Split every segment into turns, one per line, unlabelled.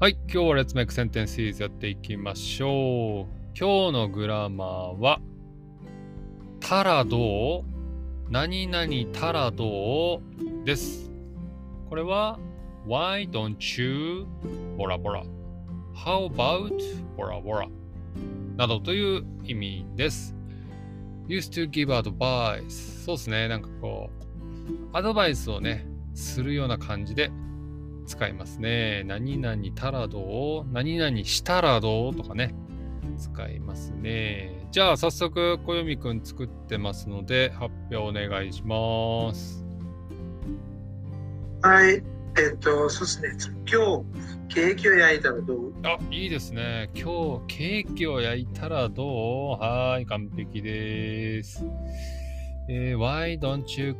はい、今日は Let's Make Sentence シリーズやっていきましょう。今日のグラマーは、たらどう何々たらどうです。これは、Why don't you? ボラボラ。How about? ボラボラ。などという意味です。used to give advice そうですね、なんかこう、アドバイスをね、するような感じで使いますね。何々たらどう何々したらどうとかね、使いますね。じゃあ早速、こよみくん作ってますので、発表お願いします。
はい、えっと、そうですね。今日、ケーキを焼いたらどう
あ、いいですね。今日、ケーキを焼いたらどうはーい、完璧です。えー Why don't you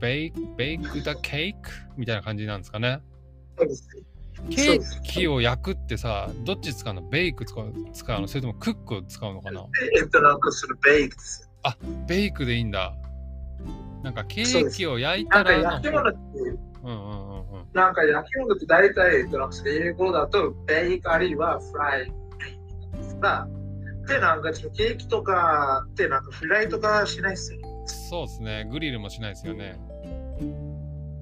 bake, bake the cake? みたいな感じなんですかね。
そうですね。
ケーキを焼くってさ、どっち使うのベイク使う使うのそれともクックを使うのかな
えっと、なんかそのベイクです。
ベイクでいいんだ。なんかケ
そう
ー
で
キ
す
を焼い
な
た
んから焼き物って、
うんうんうんうん。
なんか焼き物って大体、えっと、なんか英語だとベイクあるいはフライが、で、なんかちょっとケーキとかって、なんかフライとかしないですよ。
そうですね。グリルもしないですよね。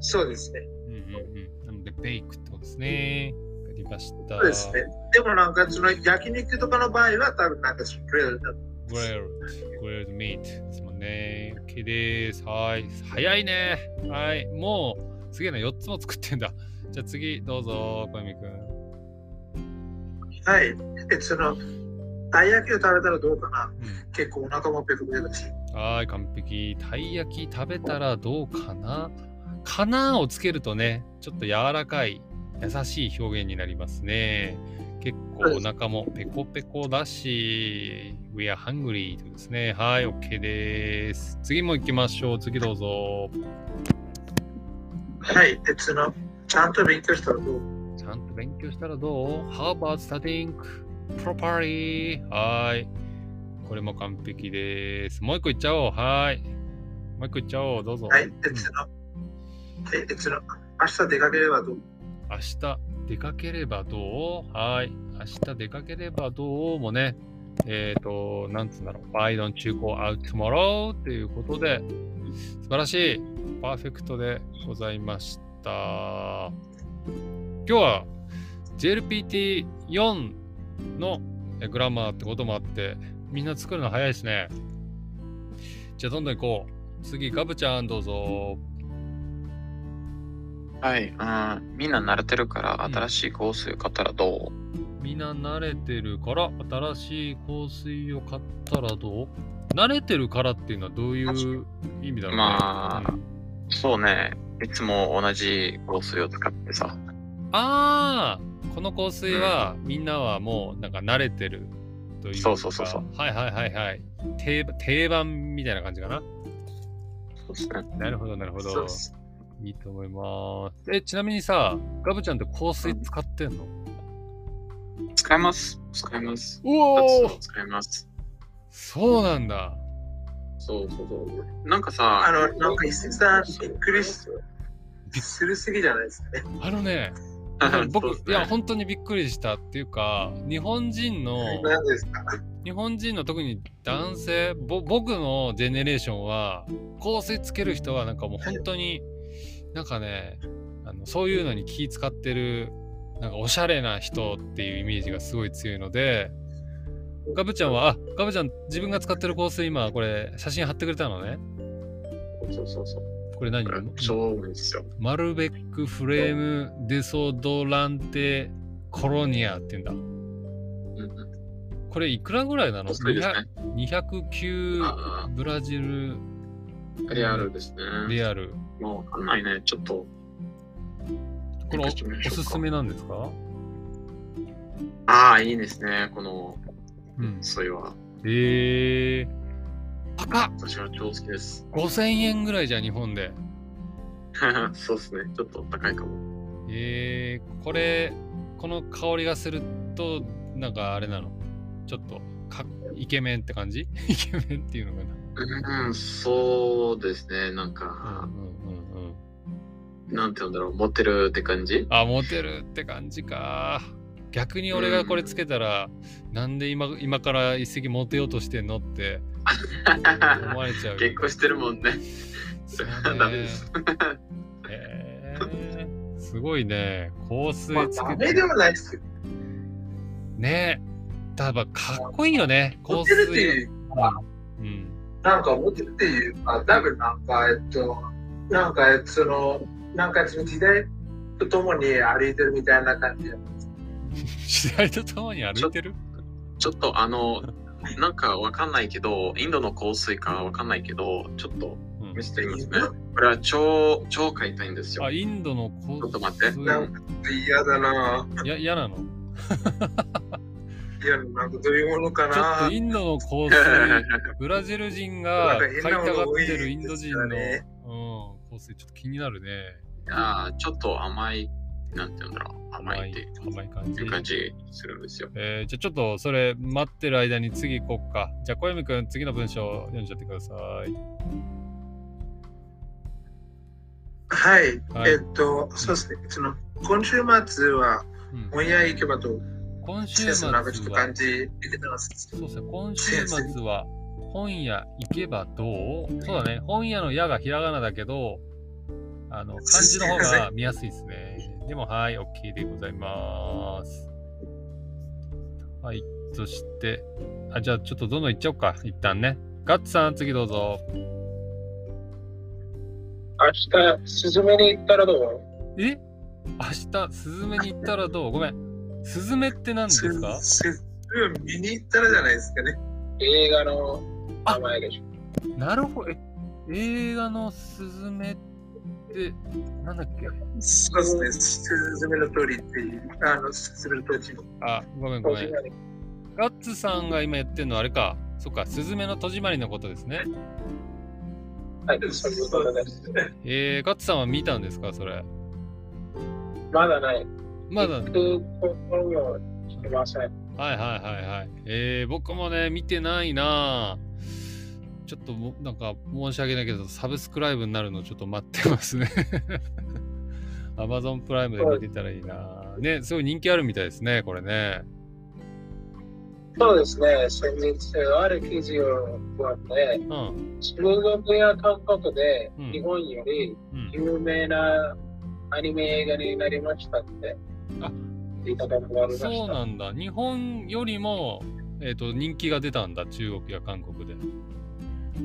そうですね。
うんうんうん。なので、ベイクってことですね。わかりました。
そうですね。でもなんかその焼肉とかの場合は、多分なんかそのグリルだと。
グレル、グレルミートですもんね。OK です。はい。早いね。はい。もう、すげえな、4つも作ってんだ。じゃあ次、どうぞ、小泉くん。
はい。えっと、その、たい焼きを食べたらどうかな
うん
結構お腹もペコペコだし。
はーい、完璧。たい焼き食べたらどうかなかなをつけるとね、ちょっと柔らかい、優しい表現になりますね。結構お腹もペコペコだし、We are hungry ということですね。はい、OK です。次も行きましょう。次どうぞ。
はい、別の、ちゃんと勉強したらどう
ちゃんと勉強したらどう ?How about studying properly? はーい。これも完璧です。もう一個いっちゃおう。はーい。もう一個いっちゃおう。どうぞ。
はい、
うん
別の、はい、別の、明日出かければどう
明日出かければどうはい。明日出かければどうもね、えっ、と、なんつうんだろう。Why don't you go out tomorrow? ということで、素晴らしい。パーフェクトでございました。今日は JLPT4 のえグラマーってこともあって、みんな作るの早いですね。じゃあどんどん行こう。次、ガブちゃんどうぞ。
はい、うん、みんな慣れてるから
うん
新しい香水買ったらど
みんな慣れてるから新しい香水を買ったらどう慣れてるからっていうのはどういう意味だろう
う、
ね、
まあ
うん、
そうね、いつも同じ香水を使ってさ、
あーこの香水はみんなはもうなんか慣れてるというか
そうそうそうそう
はいはいはいはい定定番みたいな感じかな
そうですね。
なるほどなるほ
そう
ど
です
いいと思いますえちなみにさガブちゃんって香水使ってんの
使います、使います。
うお
二つ使います。
そうなんだ
そうそうそう。なんか
あ
さ、
の、なんか伊勢さん、びっくりしするすぎじゃないですかね。
あの ね
そう
僕
っ
い
すね
や本当にびっくりしたっていうか日本人の
何ですか
日本人の特に男性ぼ僕のジェネレーションは香水つける人はなんかもう本当になんかねあのそういうのに気使ってるなんかおしゃれな人っていうイメージがすごい強いのでガブちゃんはあガブちゃん自分が使ってる香水今これ写真貼ってくれたのね
そうそうそう。
これ何
これ超多いんですよ。
マルベックフレームデソドランテコロニアって言うんだ
うんうん、
これいくらぐらいなの
そうですね。
209
あ
ブラジル
あ、リアルですね。
リアル
もうわかんないね、ちょっと。
これお
見てみまし
お
ょう
す
か
すめなんですか、
ああ、いいですね、この
うん、
香水は。
えー、高っ
私は超好きです。
5000円ぐらいじゃん日本で
そうですね、ちょっと高いかも。
えー、これこの香りがするとなんかあれなのちょっとかイケメンって感じ イケメンっていうのかな
うん、そうですね、なん
う
か、
んうんうんうん
なんて言うんだろう、モテるって感じ
あモテるって感じか逆に俺がこれつけたら、なんで今今から一石モテようとしてんのって思われちゃう。
結婚してるもんね。
そう
ダメ
ね
で。す。
えー、すごいね。香
まあ、
水つ
ダ
け
メ
て
で。はないですけど、
ね。ただかっこいいよね。香
モテるって
水。
いう、
うん。
なんかモテるっていうか、多分なんか、えっと、なんかその、なんかその時代とともに歩いてるみたいな感じで。
時代とともに歩いてる
ちょっとあの、なんかわかんないけど、インドの香水かわかんないけど、ちょっと
うん
見せてみますね。これは超、超買いたいんですよ
あ、。インドの香水。
ちょっと待って
なんか嫌だなぁ。
いや、嫌なのち
嫌だな、なんかどういうものか
ょっ
な
と
ぁ。
インドの香水、ブラジル人 が買いたがってるインド人の、
なんか変なもの
う
多いです
ん、香水、ちょっと気になるね。
あーちょっと甘い、なんて言うんだろう。甘
甘
いっ
い
てい、
甘い感じ
う。感じするんですよ。
えー、じゃあちょっとそれ待ってる間に次行こっか。じゃあ小泉くん次の文章読んじゃってください。
はい、
はい
えっと、そうですね、その、今週末は、
うん、
本屋行けばと、
今
季
週
節
末
の
は
なんかちょっと感じ受けてます。
そうですね、今週末は本屋行けばどうそうだね、本屋の矢がひらがなだけど、あの、漢字の方が見やすいですね。でも、はい、OK でございます。はい、そして、あ、じゃあちょっとどんどん行っちゃおうか、一旦ね。ガッツさん、次どうぞ。
明日、スズメに行ったらどう
え明日、スズメに行ったらどうごめん。スズメって何ですか
スズメ見に行ったらじゃないですかね。映画の
名
前でしょ。
なるほど。え映画のスズメって、なんだっけ
そうですね、スズメの通りっていう、あの、スズメの通りの。
あ、ごめんごめん。ガッツさんが今やってるのはあれか。そっか、スズメの戸締まりのことですね。
はい、そういうことです。
えー、ガッツさんは見たんですか、それ。
まだない。
まだ、はい
くところをしてません。
はいはいはい。えー、僕もね、見てないなぁちょっとも、なんか、申し訳ないけど、サブスクライブになるのちょっと待ってますね。 アマゾンプライムで見てたらいいなぁね、すごい人気あるみたいですね、これね。
そうですね、先日ある記事を読んで、
うん。
中国や韓国で
うん
日本より
うん、
有名なアニメ映画になりましたって
あ
聞いたことがありました。
そうなんだ。日本よりも、えっ、と、人気が出たんだ、中国や韓国で。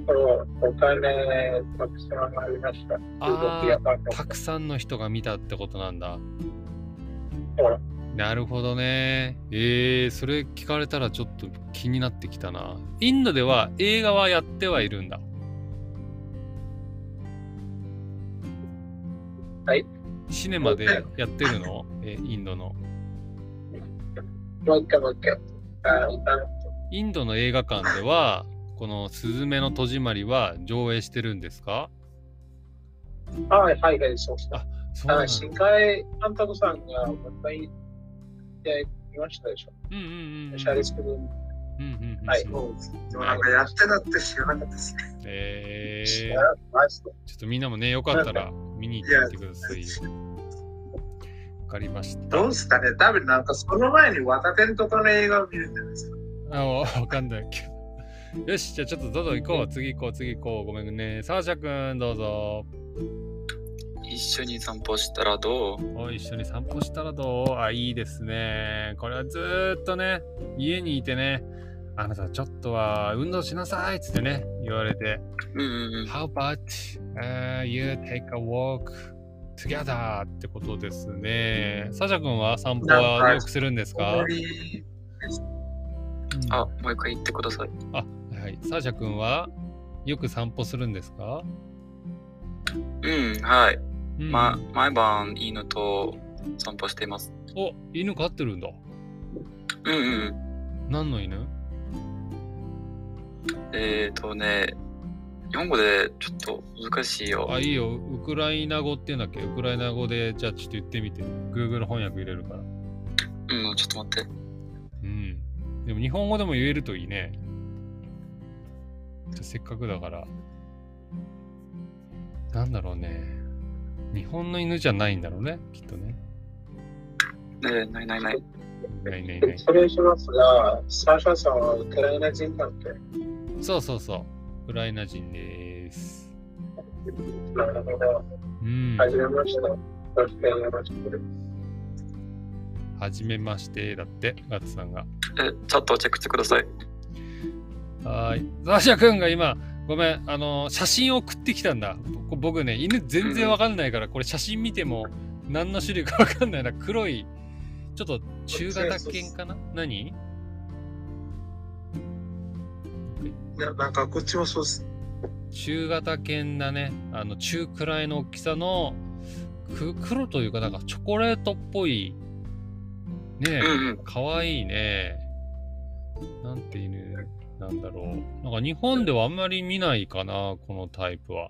そうお金たくさんありました。中
あー
国や韓
た
国。
くさんの人が見たってことなんだ。
そう
なるほどね。えー、それ聞かれたらちょっと気になってきたな。インドでは映画はやってはいるんだ。
はい。
シネマでやってるのえーインドの。
もう一回もう一回。あーあの
インドの映画館では、この「すずめの戸締まり」は上映してるんですか
あはいはいはい、そうそう。
そう
あ
なん
ー
だ
新海監督さんがもう一回やりましたでしょ。
うんうんうんうん。
シャリスク分。
うんうんうん。
はい。
でもなんか
やってたって知らなかったですね。
え
知
ー
ら。なかった。
ちょっとみんなもね、よかったら見に行ってみてくださいよ。わかりました。
どうすかね多分なんかその前に綿天とかの映画を見るんじゃないですか。
あ、わわかんないけど。よし、じゃあちょっとどんどん行こう。次行こう、次行こう。ごめんね。サーシャくん、どうぞ。
一緒に散歩したらどう
お一緒に散歩したらどうあ、いいですね。これはずーっとね、家にいてね、あなたちょっとは運動しなさいっつってね、言われて。
うんうんうん。
How about、uh, you take a walk together? ってことですね。サーシャくんは散歩はよくするんですかうん
あ、もう一回言ってください。
あ、はい。サーシャ君はよく散歩するんですか、
うん、はい。
うん
ま、毎晩犬と散歩しています。
お、犬飼ってるんだ。
うんうん
何の犬
うん。えっ、ー、とね、日本語でちょっと難しいよ。
あ、いいよ。ウクライナ語って言うんだっけウクライナ語で、じゃあちょっと言ってみて。Google 翻訳入れるから。
うん、ちょっと待って。
うん。でも日本語でも言えるといいね。じゃあせっかくだから。なんだろうね。日本の犬じゃないんだろうね、きっとね。
ねえ、ないないない。
ないないない。
失礼しますが、サーシャさんはウクライナ人なんで、
そうそうそう。ウクライナ人です。
なるほど。
うん。
はじめまして。よろしくお願いします
はじめましてだって、ガッツさんが。
え、チャットをチェックしてください。
はーい。ザーシャ君が今、ごめん、あのー写真を送ってきたんだ。ぼ僕ね、犬全然わかんないから、これ写真見ても何の種類かわかんないな。黒い、ちょっと中型犬かな何
いや。なんかこっちもそうっす。
中型犬だね。あの、中くらいの大きさの、く黒というか、なんかチョコレートっぽい、ねえ、
うんうん。
かわいいね。なんて犬なんだろう。なんか日本ではあんまり見ないかな、このタイプは。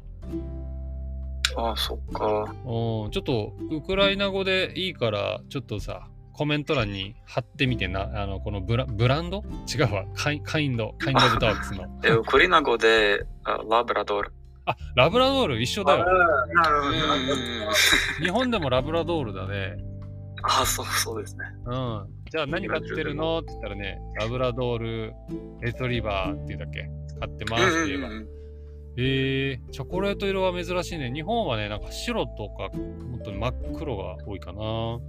ああ、そっか。
うん、ちょっとウクライナ語でいいから、ちょっとさ、コメント欄に貼ってみてな、あの、このブラブランド違うわカイ、カインド、カインドオブダークスの。
え、ウクライナ語で、あラブラドール。
あ、ラブラドール一緒だ
あ
よ。
あなる
う
ほ
ん
ど
うん
なる
うん。
日本でもラブラドールだね。
ああ、そう、そうですね。
うん。じゃあ何買ってるのって言ったらね、ラブラドールレトリバーって言うだっけ買ってますって言えば。
うんうんうん
えー、チョコレート色は珍しいね。日本はね、なんか白とか、もっと真っ黒が多いかな。は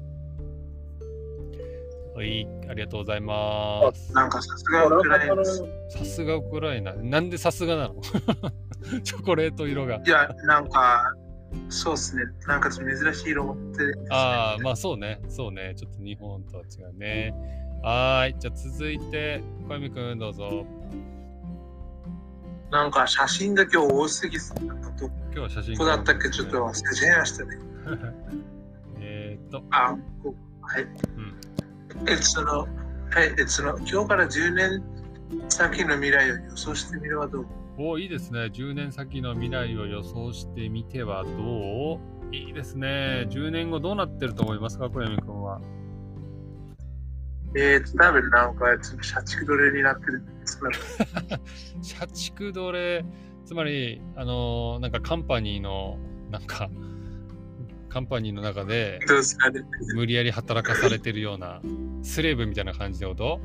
い、ありがとうございま
ほど。なんかさすが
ほ
ウ
ら
クライナです。
す。さすがウクライナ。なんでさすがなの チョコレート色が。
いや、なんか、そうっすね。なんか珍しい色持ってるんですね。
ああ、まあそうね。そうね。ちょっと日本とは違うね。はーい。じゃあ続いて、小泉くんどうぞ。
なんか写真が今日多すぎっす。なんかど
今日は写真
こだったっけちょっと忘れちゃいましたね。
えーっと、
あ、こはい。
ん
え、その、はい、え、その、今日から10年先の未来を予想してみればどう
おいいですね。10年先の未来を予想してみてはどういいですね。10年後どうなってると思いますか、小山君は。
えー、と、多分なんか、ちょっと社畜奴隷になってるんですけど。
社畜奴隷、つまり、あのーなんかカンパニーの、なんか、カンパニーの中で
どうすかね。
無理やり働かされてるような、スレーブみたいな感じのこと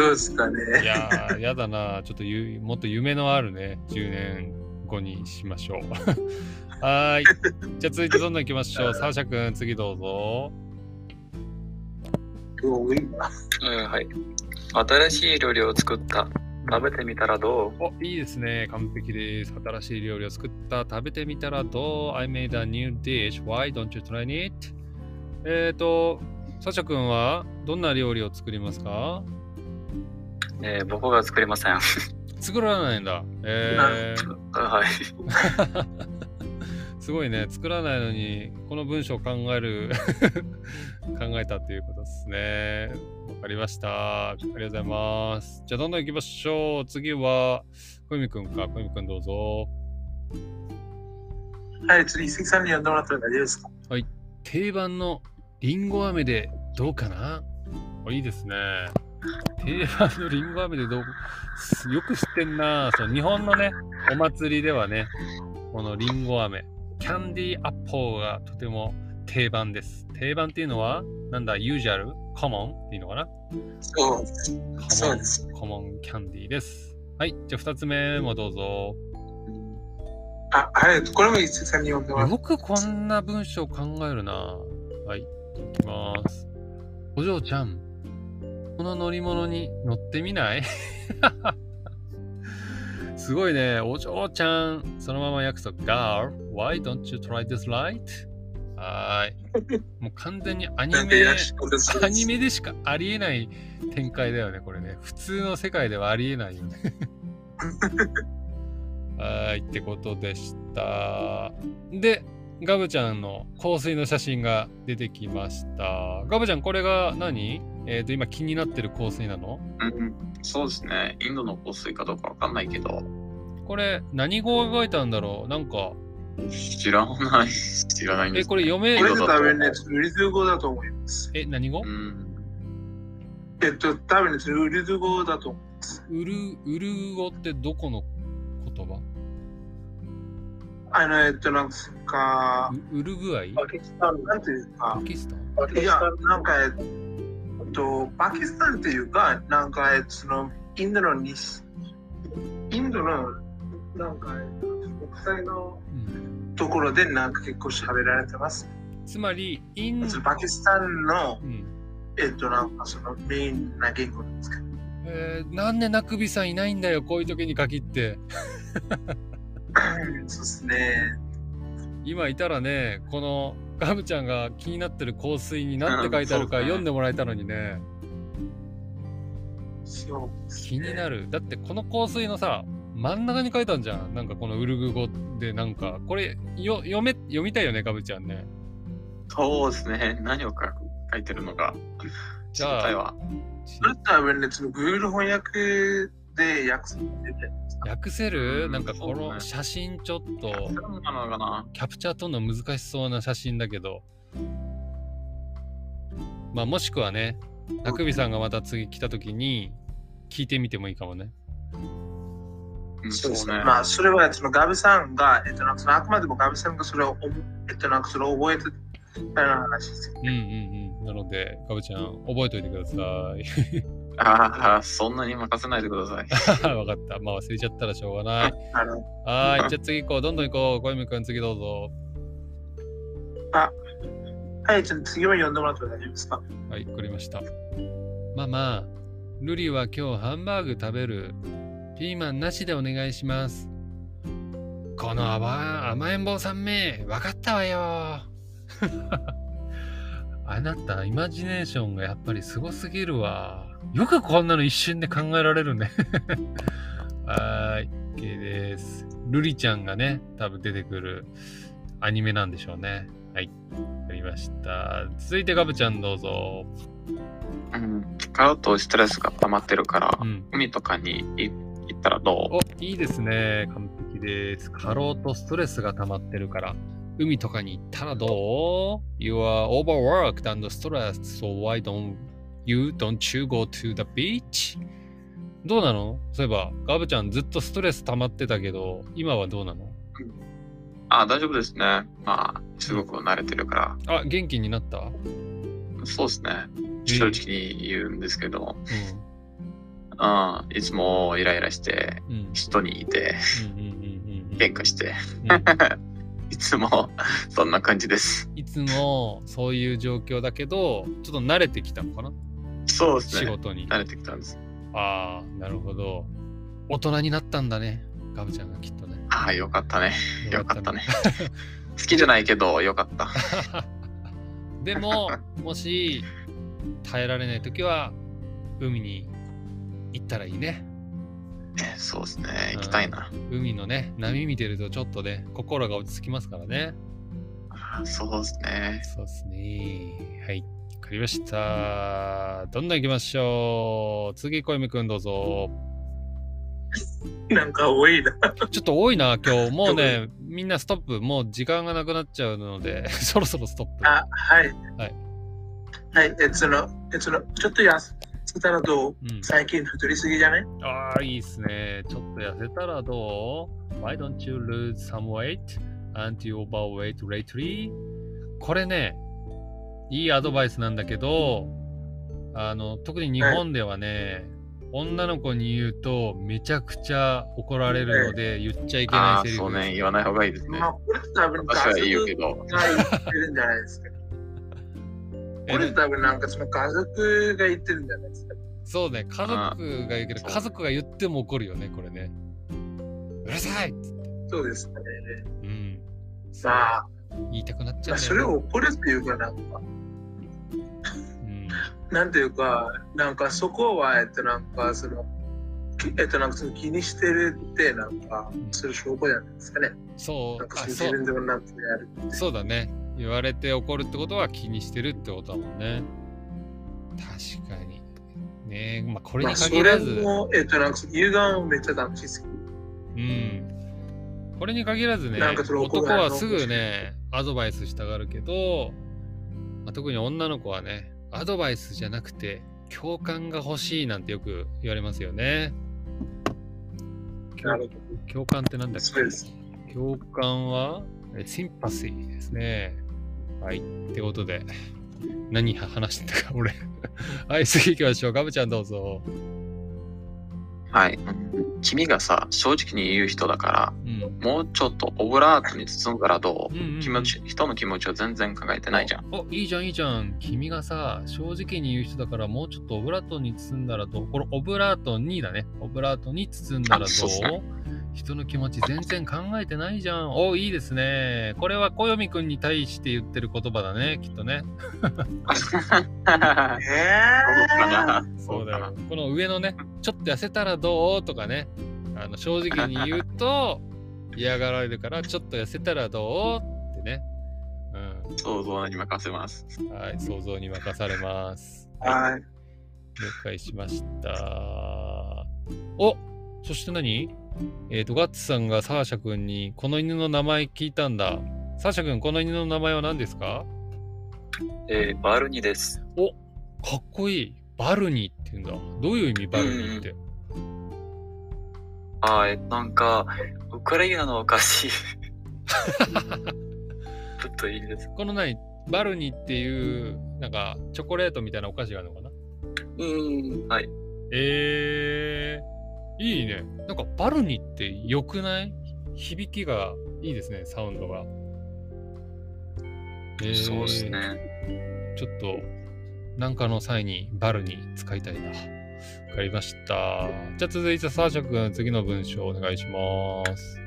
どうすか
い
ね。
やー、やだな。ちょっとゆ、もっと夢のあるね、10年後にしましょう。 はーい。じゃあ続いてどんどん行きま しょう。サーシャ君、次どうぞ。
どう今。
うん、はい。新しい料理を作った。食べてみたらどう
お、いいですね。完璧です。新しい料理を作った。食べてみたらどう ?I made a new dish. Why don't you try it? えっ、ー、と、サチャ君はどんな料理を作りますか
えー僕が作りません。 は
作らないんだ。えー、
い。
すごいね。作らないのに、この文章を考える、 考えたということですね。わかりました。ありがとうございます。じゃあ、どんどん行きましょう。次は、小泉君か。小泉君どうぞ。
はい、次、伊関さんに呼んでもらったら大丈夫ですか
定番のりんご飴でどうかなおいいですね。定番のりんご飴でどうすよく知ってんなそう。日本のね、お祭りではね、このりんご飴、キャンディーアッポーがとても定番です。定番っていうのは、なんだ、ユージャル、コモンっていうのかな
そう。
コモ
そう
ン
で、す。
コモンキャンディーです。はい、じゃあ2つ目もどうぞ。
あ、はい、これも伊関さんに呼んでもらった。
よくこんな文章考えるな。はい、いきます。お嬢ちゃん、この乗り物に乗ってみない すごいね。お嬢ちゃん、そのまま訳すと、Girl, why don't you try this light? はーい。もう完全にアニ
なんでい
メ
らっ、しゃるんです
アニメでしかありえない展開だよね、これね。普通の世界ではありえないよね。はーい、ってことでした。で、ガブちゃんの香水の写真が出てきました。ガブちゃん、これが何えっ、と、今気になってる香水なの
うん、そうですね。インドの香水かどうかわかんないけど、
これ、何語を覚えたんだろうなんか、
知らない、知らないんで
え、
す
これ読め
こ、れで多分ね、ウルドゥ語だと思います。
え、何語
うん、
えっと、多分ね、ウルドゥ語だと思う。
ウル、ウル語ってどこの言葉
あの、えっと、なんか、
ウウルグアイ
パキスタンの
なんていうか
パ、キスタン
パキ
い
ス
や
タン、
なんか、と、パキスタンというか、なんか、その、インドの西、インドの、なんか、国際の
うん
ところで、なんか結構喋られてます。
つまりイン
そのパキスタンの、
うん
えっと、なんか、その、メインな言語なんですか。
えーなんでナクビさんいないんだよこういう時に限って
そうですね。
今いたらねこのガブちゃんが気になってる香水に何て書いてあるか
うんそう
読
ですね
んでもらえたのにね
そうです
気
ね。
になるだってこの香水のさ真ん中に書いたんじゃんなんかこのウルグ語でなんかこれよ読め読みたいよねガブちゃんね
そうですね。何をか書いてるのか。
じゃあ
知りたいわ
ち
それとは別に、Google 翻訳で訳すんでね
訳せる
うん
なんかこ
そう
の
ね
写真ちょっ
キャ
と
プチャーなのかな
キャプチャー撮るの難しそうな写真だけどまあもしくはねあくびさんがまた次来た時に聞いてみてもいいかもね
うん
そ
そうう
ですね。
ね。
まあ、それは、そのガビさんが、えっと、なんか、そのあくまでもガビさんがそれを、えっと、なんか、それを覚えてたような話ですよ
うんう
ね。
んうんなのでかぶちゃん覚えておいて ください
ああ、そんなに任せないでください。
分かったまあ忘れちゃったらしょうがない
あの、
はーいじゃあ次行こうどんどん行こう小泉くん次どうぞ
はい、じゃあ次は読んでもらっても大丈夫ですか
はい、わかりました。ママ、ルリは今日ハンバーグ食べる。ピーマンなしでお願いします。この甘甘えん坊さんめ、わかったわよ。 あなた、イマジネーションがやっぱりすごすぎるわ。よくこんなの一瞬で考えられるね。 はーい、OK です。ルリちゃんがね、多分出てくるアニメなんでしょうね。はい、わかりました。続いてガブちゃんどうぞ。
うん。買うとストレスが溜まってるから
う、ん。
海とかにい行ったらど
おいいですね完璧です過労とストレスが溜まってるから海とかに行ったらどう ?You are overworked and stressed so why don't you don't you go to the beach? どうなのそういえばガブちゃんずっとストレス溜まってたけど今はどうなの
うあ大丈夫ですね。まあ、すごく慣れてるか
あ元気になった、うん、
ら、そうですね。正直に言うんですけど、うん、いつもイライラして、
うんうん
人にいて、
うんうんうんうん
喧嘩して、
うん
いつも そんな感じです。
いつもそういう状況だけどちょっと慣れてきたのかな
そうです
仕
ね。
事に
慣れてきたんです。
ああ、なるほど。大人になったんだね。ガブちゃんがきっとね。
ああ、よかったね。よ かったね
よ。
好きじゃないけど、よかった。
かったね。でも、もし耐えられないときは、海に行ったらいいね。
ねそうですね。 行きたいな。
海のね、波見てるとちょっとね、心が落ち着きますからね。
あーそうですね。
そうですね。はい。わかりました。どんどん行きましょう。次、小泉くんどうぞ。
なんか多いな。
ちょっと多いな、今日。もう ね、みんなストップ。もう時間がなくなっちゃうので、 そろそろストップ。
あ、はい。
はい。
はい、えその、えその、ちょっと痩せたらどう
うん
最近太りすぎじゃない
ああ、いいっすね。ちょっと痩せたらどう ?Why don't you lose some weight and you overweight lately? これね、いいアドバイスなんだけど、あの、特に日本ではね、女の子に言うとめちゃくちゃ怒られるので言っちゃいけ
あ
ない
あ、
セリ
そう
フ
ね。
です。
言わない方がいいですね
ま。あ、これと多分、
私は言うけど。
が言ってるんじゃないですか。
え
これと多分、なんかその家族が言ってるんじゃないですか。
そうね、家族が言うけど、
そう
家族が言っても怒るよね、これね。うるさい
そうですね。
うん。
まあ、
言いたくなっちゃうんだよ
まあ
ね
それを怒るっていうかなん
う
か、
ん
なんていうか、なんかそこは、えっと、なんかその、きえっと、なんかその気にしてるって、なんか、そういう証拠じゃないですかね。
そ
な、
うん
か
あ、
そうい
そう
う自分。でもなんかやる。
そうだね。言われて怒るってことは気にしてるってことだもんね。確かに。ねえ、まあこれ
ま
に
あ、そ
限ら
れ
ず、
も、えっと、なんか優雅をめっちゃ楽しいですけど。
うん。これに限らずね、
なんかそれ怒
男
られる
はすぐね、アドバイスしたがるけど、まあ、特に女の子はね、アドバイスじゃなくて、共感が欲しいなんてよく言われますよね。
なるほ
共感ってなんだっ
そうです
け共感は、シンパシーですね。はい。ってことで、何話してたか、俺。 はい、次行きましょう。ガブちゃんどうぞ。
はい。君がさ、正直に言う人だか
うん。
ら、もうちょっとオブラートに包むからど
うんうんうん
う気持ち、人の気持ちを全然考えてないじゃん。
お、いいじゃん、いいじゃん。君がさ、正直に言う人だから、もうちょっとオブラートに包んだらどうこれ、オブラートにだね。オブラートに包んだらどう
あそうっすね
人の気持ち全然考えてないじゃん。お、いいですね。これは小読くんに対して言ってる言葉だね、きっとね。
えー、
そうだよ。この上のね、ちょっと痩せたらどうとかね、あの正直に言うと嫌がられるから、ちょっと痩せたらどうってね。
想像に任せます。
うん。はい、想像に任されます。
はい。
了解しました。おそして何えっ、と、ガッツさんがサーシャ君に、この犬の名前聞いたんだ。サーシャ君、この犬の名前は何ですか
えー、バルニです。
かっこいい。バルニーって言うんだ。どういう意味バルニーって。
はい、なんか、ウクライナのお菓 子。ちょっといいです。
この何バルニーっていう、なんか、チョコレートみたいなお菓子があるのかな
うん、はい。
えー、いいね。なんか、バルニーって良くない響きがいいですね、サウンドが。えー
そうですね。
ちょっと、なんかの際にバルに使いたいな。わかりました。じゃあ続いて、サーシャ君、次の文章お願いします。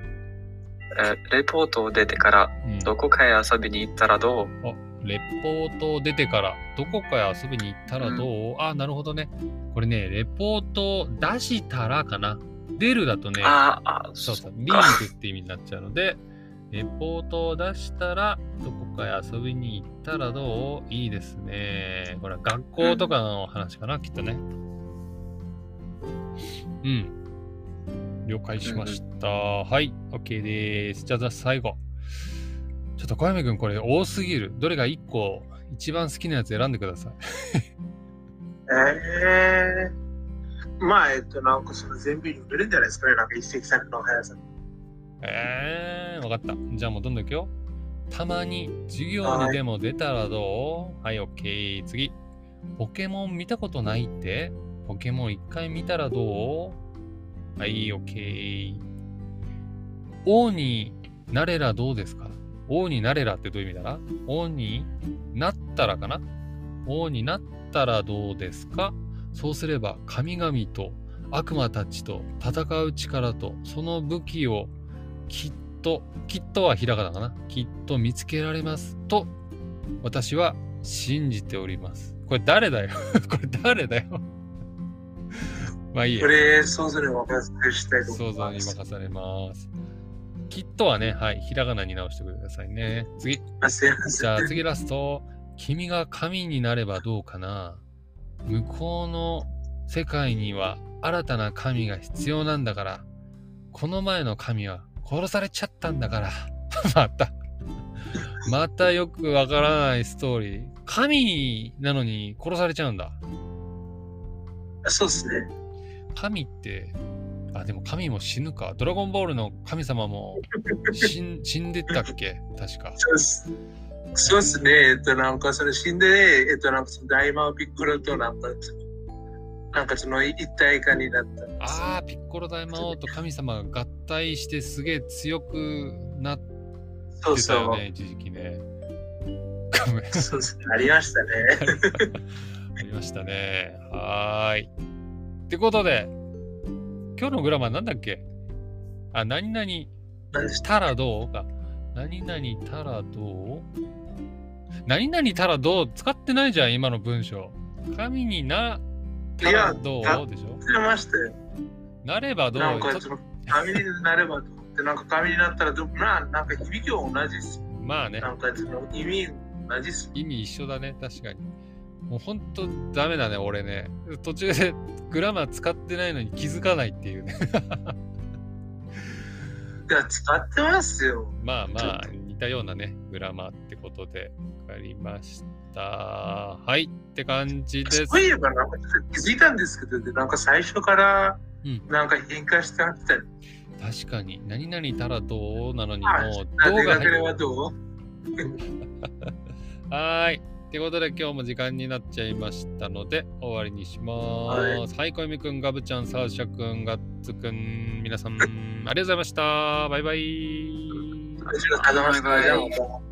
えーレポートを出てから、
うん、
どこかへ遊びに行ったらどう
レポートを出てから、どこかへ遊びに行ったらどう、あ、なるほどね。これね、レポートを出したらかな。出るだとね、
あーあ、
そう
そ
そうう、リーグって意味になっちゃうので、レポートを出したら、どこかへ遊びに行ったらどういいですね。ほら、学校とかの話かな、きっとね。うん。了解しました。はい、OK です。じゃあ、じゃあ最後。ちょっと小山君、これ多すぎる。どれが1個、一番好きなやつ選んでください。
えー、まあ、えっと、なんかその全部に売れるんじゃないですかね、なんか一石三鳥の速さ。
えー、わかった。じゃあもうどんどんいくよ。たまに授業にでも出たらどうはい、オッケー。次。ポケモン見たことないってポケモン一回見たらどうはい、オッケー。王になれらどうですか王になれらってどういう意味だな王になったらかな王になったらどうですかそうすれば神々と悪魔たちと戦う力とその武器をきっときっとはひらがなかなきっと見つけられますと私は信じておりますこれ誰だよ これ誰だよ まあいい
こ
や
れ、想像にお任せしたいと思
想
い
像
ま
に
す。
任されますきっとはねはいひらがなに直してくださいね次
すいま
じ
せん
ゃあ次ラスト。君が神になればどうかな向こうの世界には新たな神が必要なんだから。この前の神は殺されちゃったんだから。 また。またよくわからないストーリー。神なのに殺されちゃうんだ。
そうですね。
神って、あ、でも神も死ぬか。ドラゴンボールの神様も死ん死んでったっけ確か。
そうっす。そうっすね。えっと、なんか、その死んで、えっと、なんか、その大魔王ピッコロと、なんか、なんか、その一体化になった。
ああ、ピッコロ大魔王と神様が合体してすげえ強くなっ
そう
てた
そ
よ
う。
ね、一時期ね。ごめん、
そうっすね。ありましたね。
ありましたね。はーい。ってことで、今日のグラマーなんだっけあ、何々
何でした
らどうか。何々たらどう何々たらどう使ってないじゃん、今の文章。神にな、たらど
いやだ
うでしょ
たましたよ。
なればどう
なん
ちょ
か、
っ
そ
と
の、紙になればと思って、なんか、紙になったらど、な、なんか、響きは同じっす。
まあね。
なんか、その、意味、同じっす。
意味一緒だね確かにもうほんとダメだね俺ね途中で グラマー使ってないのに気づかないっていうね
いや、使ってますよ。
まあまあ似たようなねグラマーってことで分かりましたはいって感じです
そういえば、なんか、気づいたんですけど、でなんか、最初から
うん、
なんか、変化してあったり、
確かに何々たらどうなのに
あ
もう
あ
どう
出
が
かけ
入
れ
る
ばどう
はーいってことで今日も時間になっちゃいましたので終わりにします。はい、小泉くん、ガブちゃん、サーシャくん、ガッツくん、皆さんありがとうございました。バイバイ。
ありがとうございました。じゃあまた